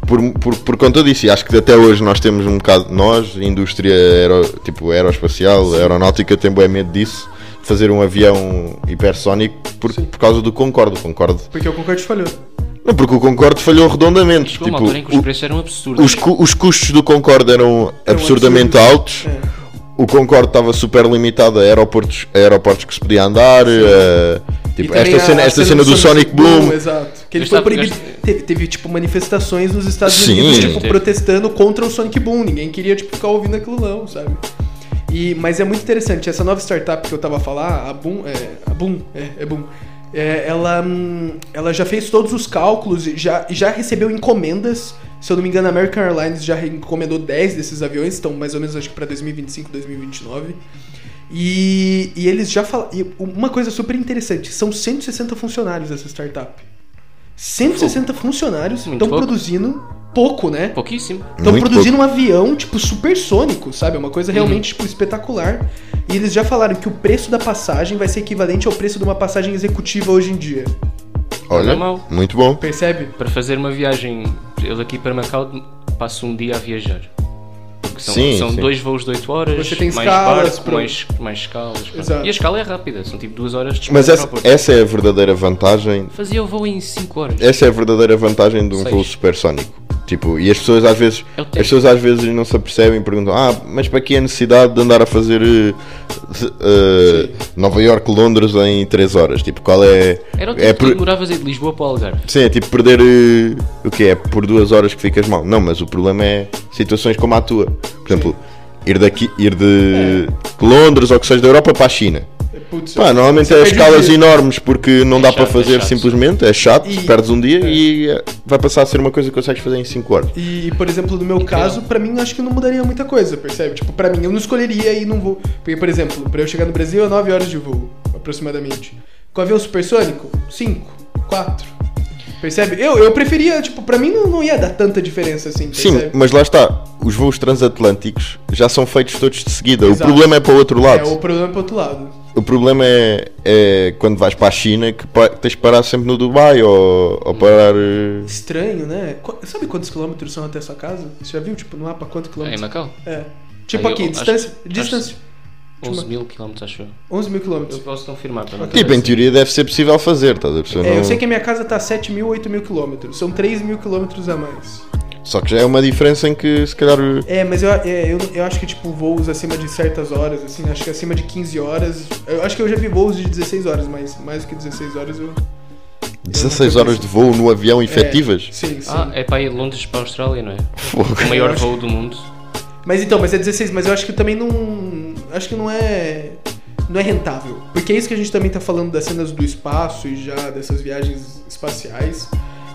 por, por, por conta disso, e acho que até hoje nós temos um bocado, nós, indústria aero, tipo aeroespacial, aeronáutica, tem bem medo disso, de fazer um avião hipersónico por, Sim. por causa do Concorde. O Concorde. Porque o Concorde falhou. Não, porque o Concorde falhou redondamente. Chegou uma tipo, altura em que os o- preços eram absurdos. os, cu- os custos do Concorde eram absurdamente absurdo. altos. É. O Concorde estava super limitado a aeroportos, a aeroportos que se podia andar. a- E tipo, também esta cena, a esta cena do Sonic Boom. Exato. Que ele Mas foi sabe- proibido. Teve, teve, tipo, manifestações nos Estados Sim. Unidos, tipo, Teve. protestando contra o Sonic Boom. Ninguém queria, tipo, ficar ouvindo aquilo não, sabe? E, mas é muito interessante. Essa nova startup que eu tava a falar, a Boom... É, a Boom, é, é Boom. É, ela, hum, ela já fez todos os cálculos e já, e já recebeu encomendas. Se eu não me engano, a American Airlines já encomendou 10 desses aviões. Estão mais ou menos, acho que, pra 2025, 2029. E, e eles já falam. e Uma coisa super interessante: são 160 funcionários essa startup. 160 funcionários Muito estão pouco. produzindo pouco, né? Pouquíssimo. Estão Muito produzindo um avião, tipo, supersônico, sabe? Uma coisa realmente, tipo, espetacular. E eles já falaram que o preço da passagem vai ser equivalente ao preço de uma passagem executiva hoje em dia. Olha, Não é mau. muito bom. Percebe? Para fazer uma viagem, eu daqui para Macau passo um dia a viajar. Porque são, Sim, são sim. dois voos de 8 horas, Você tem mais escalas, barco, pronto. mais, mais escalas. pronto. Exato. E a escala é rápida, são tipo 2 horas de Mas espera essa, no aeroporto. essa é a verdadeira vantagem. Fazia o voo em 5 horas. Essa é a verdadeira vantagem de um Seis. voo supersónico. Tipo, e as pessoas às vezes É o as tempo. pessoas às vezes não se apercebem e perguntam Ah, mas para que a necessidade de andar a fazer eh, de- eh, Nova York, Londres em 3 horas? Tipo, qual é. Era o tempo é que per- demoravas aí de Lisboa para o Algarve. Sim, é tipo perder eh, o que é por duas horas que ficas mal. Não, mas o problema é situações como a tua. Por exemplo, ir daqui, ir de Londres ou que seja da Europa para a China. Putz, Pá, normalmente é perde um escalas dia. enormes porque não É dá chato, para fazer é chato. simplesmente, é chato, E- perdes um dia e eh, vai passar a ser uma coisa que consegues fazer em 5 horas. E, por exemplo, no meu caso, pra mim, acho que não mudaria muita coisa, percebe? Tipo, pra mim, eu não escolheria e não vou. Porque, por exemplo, pra eu chegar no Brasil é 9 horas de voo, aproximadamente. Com avião supersônico, 5, 4. Percebe? Eu, eu preferia, tipo, pra mim não, não ia dar tanta diferença assim, Sim, percebe? mas lá está, os voos transatlânticos já são feitos todos de seguida. Exato. O problema é para o outro lado. é, o problema é pro outro lado. O problema é, é quando vais para a China que pa- tens de parar sempre no Dubai ou, ou parar. eh, Estranho, né? Qu- Sabe quantos quilômetros são até a sua casa? Você já viu, tipo, no mapa quanto Em quilômetros? Macau? É. Tipo Aí eu aqui, acho- distância. acho- distância. 11 mil km, acho eu. 11 mil Eu quilômetros. posso confirmar. Para não ter Tipo, em essa- teoria deve ser possível fazer, estás a perceber? É, eu Não- sei que a minha casa tá 7 mil, 8 mil quilômetros. São 3 mil quilômetros a mais. Só que já é uma diferença em que se calhar. É, mas eu, é, eu, eu acho que, tipo, voos acima de certas horas, assim, acho que acima de 15 horas. Eu acho que eu já vi voos de 16 horas, mas mais do que 16 horas eu. 16 horas de voo no É. avião efetivas? Sim, sim. Ah, é para ir de Londres para a Austrália, não é? Fogo. O maior voo do mundo. Mas então, mas é 16, mas eu acho que também não. Acho que não é. Não é rentável. Porque é isso que a gente também tá falando das cenas do espaço e já dessas viagens espaciais.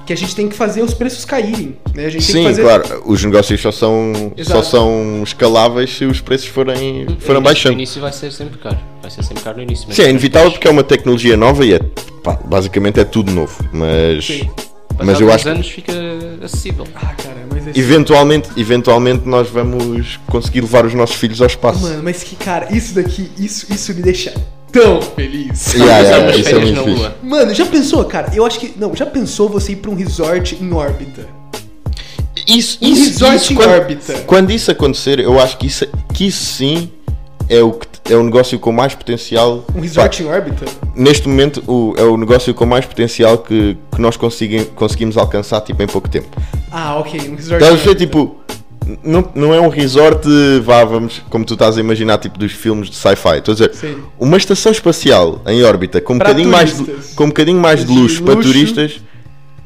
Que a gente tem que fazer os preços caírem, né? A gente tem Sim, que fazer. claro. Os negócios só são, só Exato. são escaláveis se os preços forem, forem No baixando. início vai ser sempre caro. Vai ser sempre caro no início. mas Sim, é depois- inevitável porque é uma tecnologia nova e é, pá, basicamente é tudo novo. Mas, Sim. mas Passado eu uns acho que anos fica acessível. Ah, cara, mas é eventualmente, eventualmente nós vamos conseguir levar os nossos filhos ao espaço. Mano, mas que cara, isso daqui, isso, isso me deixa tão feliz. Yeah, yeah, Passar umas isso é férias muito na fixe. Lua. Mano, já pensou, cara? Eu acho que. Não, já pensou você ir pra um resort em órbita? Isso, Um resort em órbita. quando isso acontecer, eu acho que isso, que isso sim é o, que t- é o negócio com mais potencial. Um resort em órbita? Pá, neste momento o- é o negócio com mais potencial que, que nós consigui- conseguimos alcançar tipo, em pouco tempo. Ah, ok, um resort Estás a em ver, órbita. tipo, n- não, não é um resort, eh, vá, vamos, como tu estás a imaginar, tipo dos filmes de sci-fi. Estou a dizer, Sim. uma estação espacial em órbita com um, Para bocadinho mais, de, turistas. com um bocadinho mais de De luxo para luxo. turistas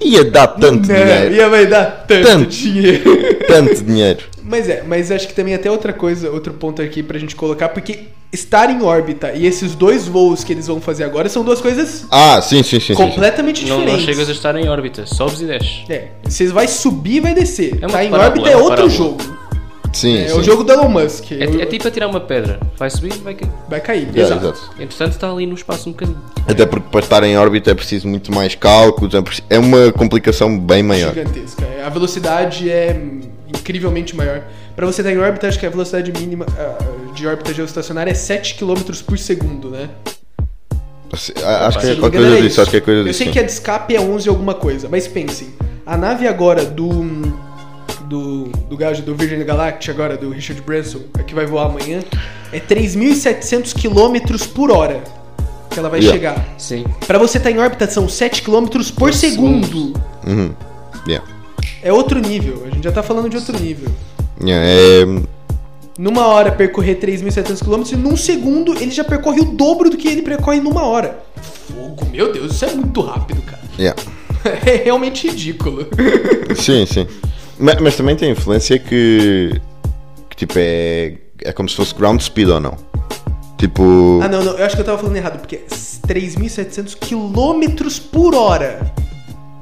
ia dar tanto Não, dinheiro. ia vai dar tanto, Tanto. dinheiro. Tanto dinheiro. mas é, mas acho que também até outra coisa, outro ponto aqui pra gente colocar, porque estar em órbita e esses dois voos que eles vão fazer agora são duas coisas Ah, sim, sim, sim. sim, sim. completamente Não, não diferentes. chegas a estar em órbita, sobes e desces. É, vocês vai subir e vai descer. É uma tá em parábola, órbita é é uma outro parábola. jogo. Sim, É sim. o jogo do Elon Musk. É, é tipo atirar uma pedra, vai subir, vai cair. Vai cair, Yeah, exato. É, exato. Entretanto, está ali no espaço um bocadinho. Até porque para estar em órbita é preciso muito mais cálculos, é preciso- é uma complicação bem maior. gigantesca. A velocidade é incrivelmente maior. Pra você estar em órbita, acho que a velocidade mínima ah, de órbita geoestacionária é 7 km por segundo, né? Assim, a- Acho que Se é não me qualquer engano, coisa disso, é isso. acho que é coisa Eu disso. sei sim. que a de escape é 11 alguma coisa, mas pensem. A nave agora do, do, do gajo do Virgin Galactic agora, do Richard Branson, que vai voar amanhã, é 3.700 km por hora que ela vai Yeah. chegar. Sim. Pra você estar em órbita são 7 km por, segundo. segundo. Uhum. Yeah. É outro nível, a gente já tá falando de outro nível. Yeah, é, Numa hora percorrer 3.700 km e num segundo ele já percorre o dobro do que ele percorre numa hora. Fogo, meu Deus, isso é muito rápido, cara. yeah. É realmente ridículo. Sim, sim. Ma- Mas, também tem influência que, que tipo é, é como se fosse ground speed ou não. Tipo. Ah, não, não, eu acho que eu tava falando errado, porque é 3.700 km por hora.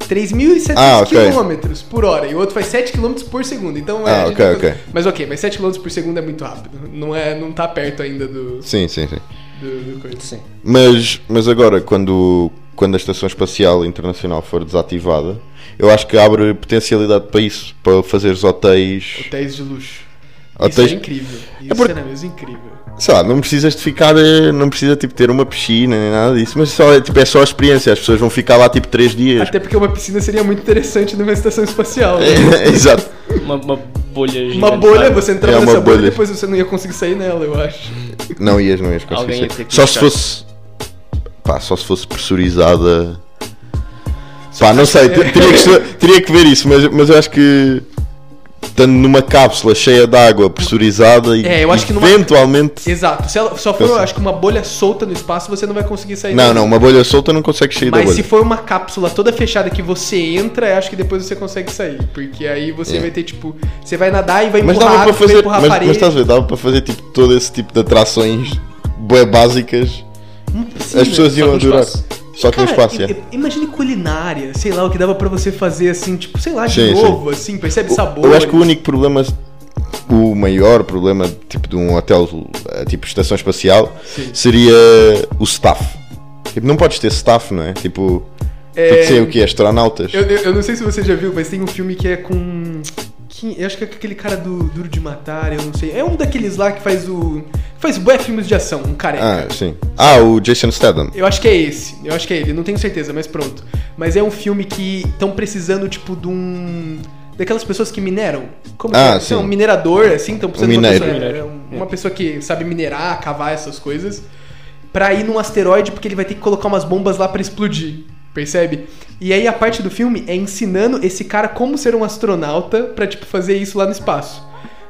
3.700 Ah, ok. km por hora. E o outro faz 7 km por segundo. Então é. Ah, a gente ok, tá- ok. Mas ok, mas 7 km por segundo é muito rápido. Não, é, não tá perto ainda do, Sim, sim, sim. do, do coisa. Sim. Mas, mas agora, quando, quando a Estação Espacial Internacional for desativada, eu acho que abre potencialidade para isso, para fazeres hotéis. Hotéis de luxo. Isso hotéis é incrível. Isso Ah, É porque- era mesmo incrível. sei lá, não precisas de ficar, eh, não precisa tipo ter uma piscina nem nada disso, mas só, é, tipo, é só a experiência, as pessoas vão ficar lá tipo 3 dias. Até porque uma piscina seria muito interessante numa estação espacial. né? É, Exato. Uma, uma bolha gigante. Uma bolha, você entrava É uma nessa bolha e bolha. depois você não ia conseguir sair nela, eu acho. Não ias, não ias Alguém conseguir. ia ter sair. que Só se buscar. fosse. Pá, só se fosse pressurizada. Pá, não sei, te- teria que, se- teria que ver isso, mas, mas eu acho que. Estando numa cápsula cheia de água pressurizada e É, eu acho que numa- eventualmente. Exato. Se ela só for, Eu sei. acho que uma bolha solta no espaço, você não vai conseguir sair Não, dela. não, uma bolha solta não consegue sair da Mas se bolha. for uma cápsula toda fechada que você entra, eu acho que depois você consegue sair. Porque aí você É. vai ter, tipo, você vai nadar e vai Mas empurrar dava para água, vai fazer. empurrar Mas, a parede. mas estás a ver, dava para fazer tipo, todo esse tipo de atrações bué básicas. Hum, Sim, As pessoas só iam com adorar. espaço. Só com Cara, espaço, i- é. i- Imagine culinária, sei lá, o que dava pra você fazer assim, tipo, sei lá, de Sim, sim. novo, assim, percebe sabor. Eu acho que o único problema, o maior problema tipo de um hotel eh, tipo estação espacial Sim. seria o staff. Tipo, não podes ter staff, não é? Tipo, É. tem que ser o que? Astronautas? Eu, eu- eu não sei se você já viu, mas tem um filme que é com. que- eu acho que é com aquele cara do Duro de Matar, eu não sei. É um daqueles lá que faz o. Faz bué filmes de ação, um careca. Ah, sim. Ah, o Jason Statham. Eu acho que é esse, eu acho que é ele, não tenho certeza, mas pronto. Mas é um filme que estão precisando, tipo, de um. Daquelas pessoas que mineram. Como Ah, que é? sim. Um minerador, assim, estão precisando Um de uma mineiro. pessoa, é, uma pessoa que sabe minerar, cavar essas coisas. Pra ir num asteroide, porque ele vai ter que colocar umas bombas lá pra explodir. Percebe? E aí a parte do filme é ensinando esse cara como ser um astronauta pra, tipo, fazer isso lá no espaço.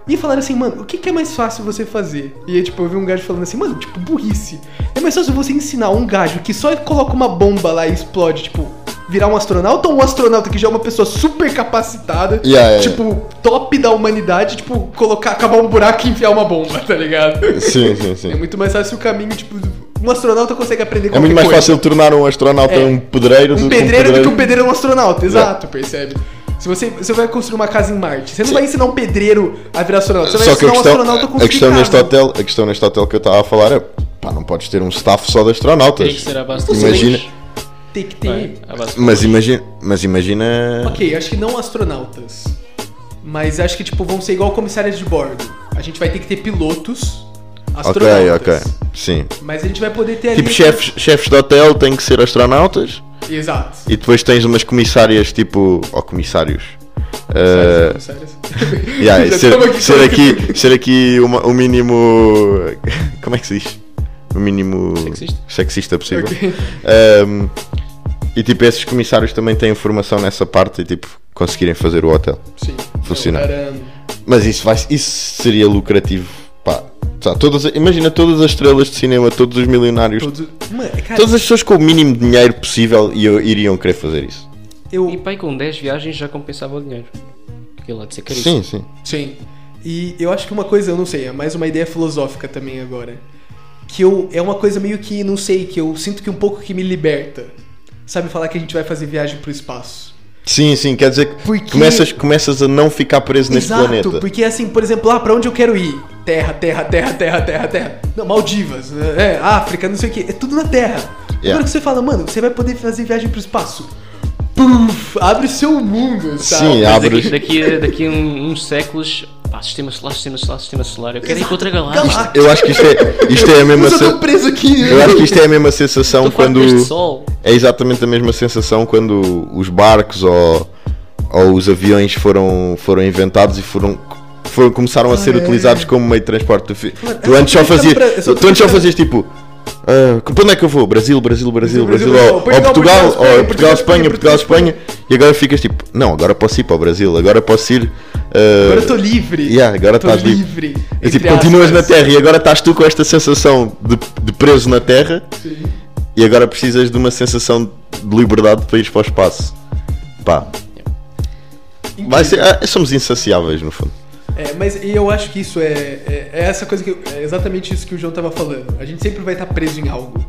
E falaram assim, mano, o que, que é mais fácil você fazer? E aí, tipo, eu vi um gajo falando assim, mano, tipo, burrice. É mais fácil você ensinar um gajo que só coloca uma bomba lá e explode, tipo, virar um astronauta ou um astronauta que já é uma pessoa super capacitada, Yeah, yeah, tipo, top da humanidade, tipo, colocar, acabar um buraco e enfiar uma bomba, tá ligado? Sim, sim, sim. É muito mais fácil o caminho, tipo, um astronauta consegue aprender É qualquer muito mais coisa. fácil tornar um astronauta É. um pedreiro Um do pedreiro do que um pedreiro. pedreiro é um astronauta, exato, percebe? Se você, você vai construir uma casa em Marte, você não vai ensinar um pedreiro a virar astronauta, você vai Só que a ensinar um questão, astronauta a a construir questão casa. neste hotel, a questão neste hotel que eu estava a falar é, pá, não podes ter um staff só de Teria que astronautas. ser à base de Imagina, bolas. Tem que ter. Vai, à base de mas imagina, mas imagina Ok, acho que não astronautas. Mas acho que, tipo, vão ser igual comissárias de bordo. A gente vai ter que ter pilotos Ok, astronautas. ok. Sim. Mas a gente vai poder ter ali... Tipo, chefes, chefes de hotel têm que ser astronautas Exato. e depois tens umas comissárias, tipo. ou comissários. Uh, Comissárias, yeah, Já ser, tamo aqui ser com- aqui, ser aqui uma- o mínimo. Como é que se diz? O mínimo. Sexista. sexista possível. Ok. Um, e tipo, esses comissários também têm formação nessa parte e tipo, conseguirem fazer o hotel. Sim. Funcionar. Não, era- Mas isso, vai, isso seria lucrativo. Pá. Sabe, todas- imagina todas as estrelas de cinema, todos os milionários, Todos... Mano, é cara, Todas as pessoas com o mínimo de dinheiro possível i- iriam querer fazer isso. eu... E pai, com 10 viagens já compensava o dinheiro. Aquilo lá de ser Sim, caríssimo. sim. Sim. E eu acho que uma coisa, eu não sei, é mais uma ideia filosófica também agora. Que eu. É uma coisa meio que, não sei, que eu sinto que um pouco que me liberta. Sabe falar que a gente vai fazer viagem pro espaço. Sim, sim, quer dizer que Porque- começas, começas a não ficar preso neste Exato, planeta. porque assim, por exemplo, ah, pra onde eu quero ir? Terra, terra, terra, terra, terra, terra. Não, Maldivas, é, é, África, não sei o que. É tudo na Terra. Yeah. Agora que você fala, mano, você vai poder fazer viagem pro espaço. Puf, abre o seu mundo, sabe? Sim, Mas abre. daqui, daqui, a- daqui a um- uns séculos, pá, sistema solar, sistema solar, sistema solar. Eu quero ir para outra galáxia. Galáxia. Eu acho que isto é, isto é a mesma Mas eu tô se... preso aqui. Eu acho que isto é a mesma Estou sensação farto quando. deste sol. É exatamente a mesma sensação quando os barcos ou ou os aviões foram, foram inventados e foram, foram começaram a ser Ah, é. utilizados como meio de transporte. Tu, fi- Mano, tu antes eu só tô pensando fazias, pra- eu só tô tu antes só pensando- fazias tipo. ah, para onde é que eu vou? Brasil, Brasil, Brasil, Brasil, Brasil, Brasil, ou, ou Portugal, Portugal, Portugal, ou Espanha, Portugal, Espanha, Portugal, Portugal, Espanha, e agora ficas tipo, não, agora posso ir para o Brasil, agora posso ir. ah, Agora eu tô livre. yeah, agora tô estás livre. livre. É tipo, entre continuas na aspas. Terra e agora estás tu com esta sensação de, de preso na Terra Sim. e agora precisas de uma sensação de liberdade para ires para o espaço. Pá, vai ser- ah, somos insaciáveis no fundo. É, mas e eu acho que isso é, é, é essa coisa que eu- é exatamente isso que o João tava falando. A gente sempre vai estar preso em algo,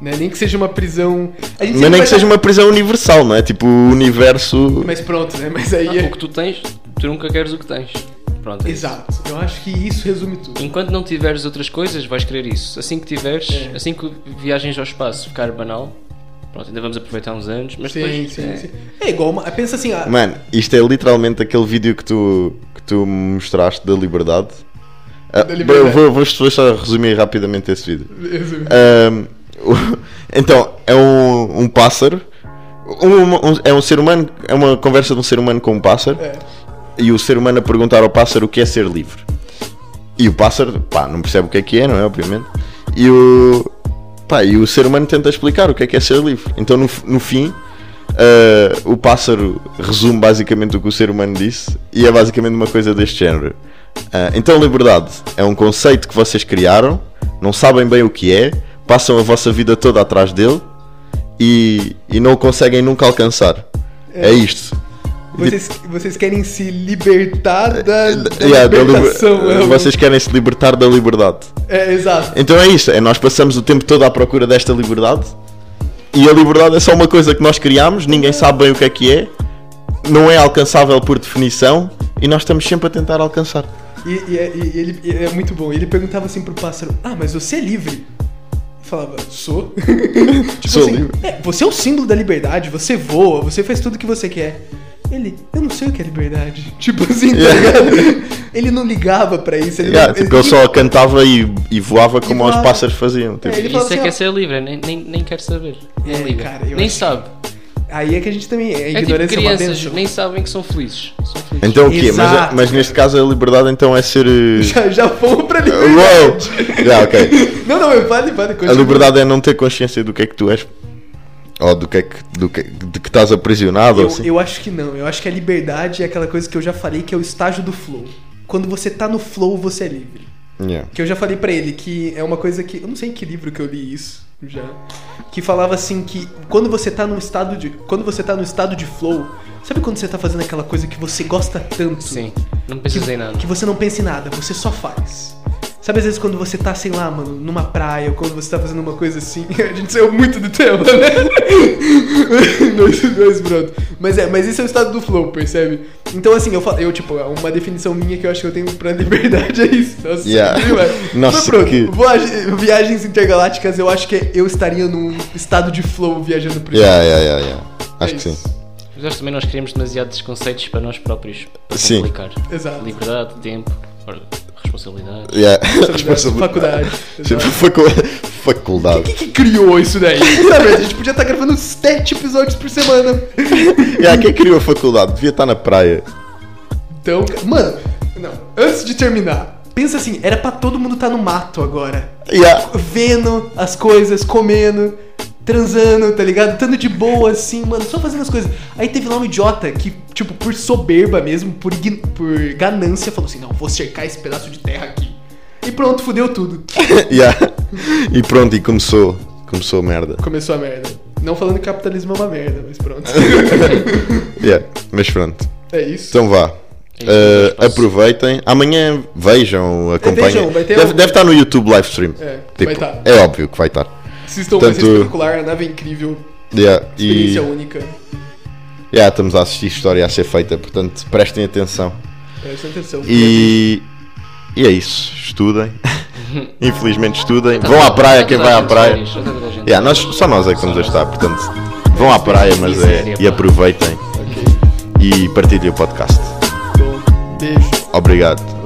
né? Nem que seja uma prisão. A gente sempre Mas nem vai que seja tá- uma prisão universal, não é? Tipo, o universo. Mas pronto, né? Mas aí Ah, é... o que tu tens, tu nunca queres o que tens. Pronto. é isso. exato. Eu acho que isso resume tudo. Enquanto não tiveres outras coisas, vais querer isso. Assim que tiveres, É. assim que viagens ao espaço ficar banal, pronto, ainda vamos aproveitar uns anos, mas sim, depois. sim, é, sim. É igual, uma, pensa assim, ah, Mano, isto é literalmente aquele vídeo que tu, que tu me mostraste da liberdade. Ah, Da liberdade. eu Vou, vou, vou só resumir rapidamente esse vídeo. resume. Ahm, o- então, é um, um pássaro. Um- um- é um ser humano. É uma conversa de um ser humano com um pássaro. É. E o ser humano a perguntar ao pássaro o que é ser livre. E o pássaro, pá, não percebe o que é que é, não é? Obviamente. E o. Pá, e o ser humano tenta explicar o que é que é ser livre. Então, no, f- no fim, ah, o pássaro resume basicamente o que o ser humano disse. E é basicamente uma coisa deste género. Ah, então, liberdade é um conceito que vocês criaram, não sabem bem o que é, passam a vossa vida toda atrás dele e, e não o conseguem nunca alcançar. É, isto. Vocês, vocês querem se libertar da, É, da Yeah, da liber- libertação. é o- Vocês querem se libertar da liberdade. É, exato. Então é isto, é nós passamos o tempo todo à procura desta liberdade e a liberdade é só uma coisa que nós criamos, ninguém sabe bem o que é que é, não é alcançável por definição e nós estamos sempre a tentar alcançar. E, e é- e ele e é muito bom. Ele perguntava assim pro pássaro: Ah, mas você é livre? Eu falava: Sou. Tipo Sou assim, livre. "É, você é o símbolo da liberdade. Você voa. Você faz tudo o que você quer. Ele: Eu não sei o que é liberdade. Tipo assim. tá Yeah. ligado? ele não ligava pra isso. Ele Yeah, não, tipo, ele- eu só cantava e, e voava como voava. os pássaros faziam. tipo. É, ele Isso fala assim, é ó. que é ser livre, nem, nem, nem quer saber. Nem É, liga. cara, eu nem acho que- sabe. Aí é que a gente também é. A É tipo ignorância é, uma crianças, bênção. nem sabem que são felizes. São felizes. Então o quê? Mas, Exato, mas neste caso a liberdade então é ser. eh, Já, já fomos pra Uau! liberdade. Yeah, ok. Não, não, eu vale, vale. A continua. liberdade é não ter consciência do que é que tu és. Ou do que é que, do que, de que estás aprisionado ou Eu, assim. eu acho que não. Eu acho que a liberdade é aquela coisa que eu já falei que é o estágio do flow. Quando você tá no flow, você é livre. Yeah. Que eu já falei pra ele que é uma coisa que. Eu não sei em que livro que eu li isso já. Que falava assim que quando você tá num estado de. Quando você tá no estado de flow, sabe quando você tá fazendo aquela coisa que você gosta tanto? Sim, não Que, pensas em nada. que você não pensa em nada, você só faz. Sabe às vezes quando você tá, sei lá, mano, numa praia, ou quando você tá fazendo uma coisa assim. A gente saiu muito do tema, né? mas, mas pronto. Mas é, mas esse é o estado do flow, percebe? Então assim, eu, fa- eu tipo, uma definição minha que eu acho que eu tenho pra liberdade é isso. Nossa, Yeah. que demais. Nossa, Mas pronto, que- voage- viagens intergalácticas, eu acho que eu estaria num estado de flow viajando por Yeah, yeah, yeah, yeah. Acho É que sim. isso. Mas acho que também nós criamos demasiados conceitos para nós próprios. Para Sim. complicar. Exato. Liberdade, tempo, ora, responsabilidade. Yeah. é é Faculdade. então. Facu- Faculdade. Quem que criou isso daí? Sabe, a gente podia estar gravando sete episódios por semana. Yeah, quem criou a faculdade? Devia estar na praia. Então, mano, não. Antes de terminar, pensa assim, era pra todo mundo estar no mato agora. Yeah. Vendo as coisas, comendo, transando, tá ligado? Tando de boa, assim, mano, só fazendo as coisas. Aí teve lá um idiota que, tipo, por soberba mesmo, por, ign- por ganância, falou assim, não, vou cercar esse pedaço de terra aqui. E pronto, fudeu tudo. Yeah. E pronto, e começou. Começou a merda. Começou a merda. Não falando que capitalismo é uma merda, mas pronto. Yeah. Mas pronto. é isso. Então vá. É isso, Uh, espaço. aproveitem. Amanhã vejam, acompanhem. Vejam, vai ter deve, um- deve estar no YouTube livestream. É, Tipo, vai estar. é óbvio que vai estar. Assistam Tanto- Tanto... Espetacular, a nave é incrível, Yeah. experiência E... única. Yeah, estamos a assistir história a ser feita, portanto prestem atenção. Presta atenção. E, e é isso, estudem. Infelizmente estudem. Vão à praia, quem vai à praia. Yeah, nós, só nós é que estamos a estar, portanto vão à praia, mas é. E aproveitem Ok, e partilhem o podcast. então, beijo. Obrigado.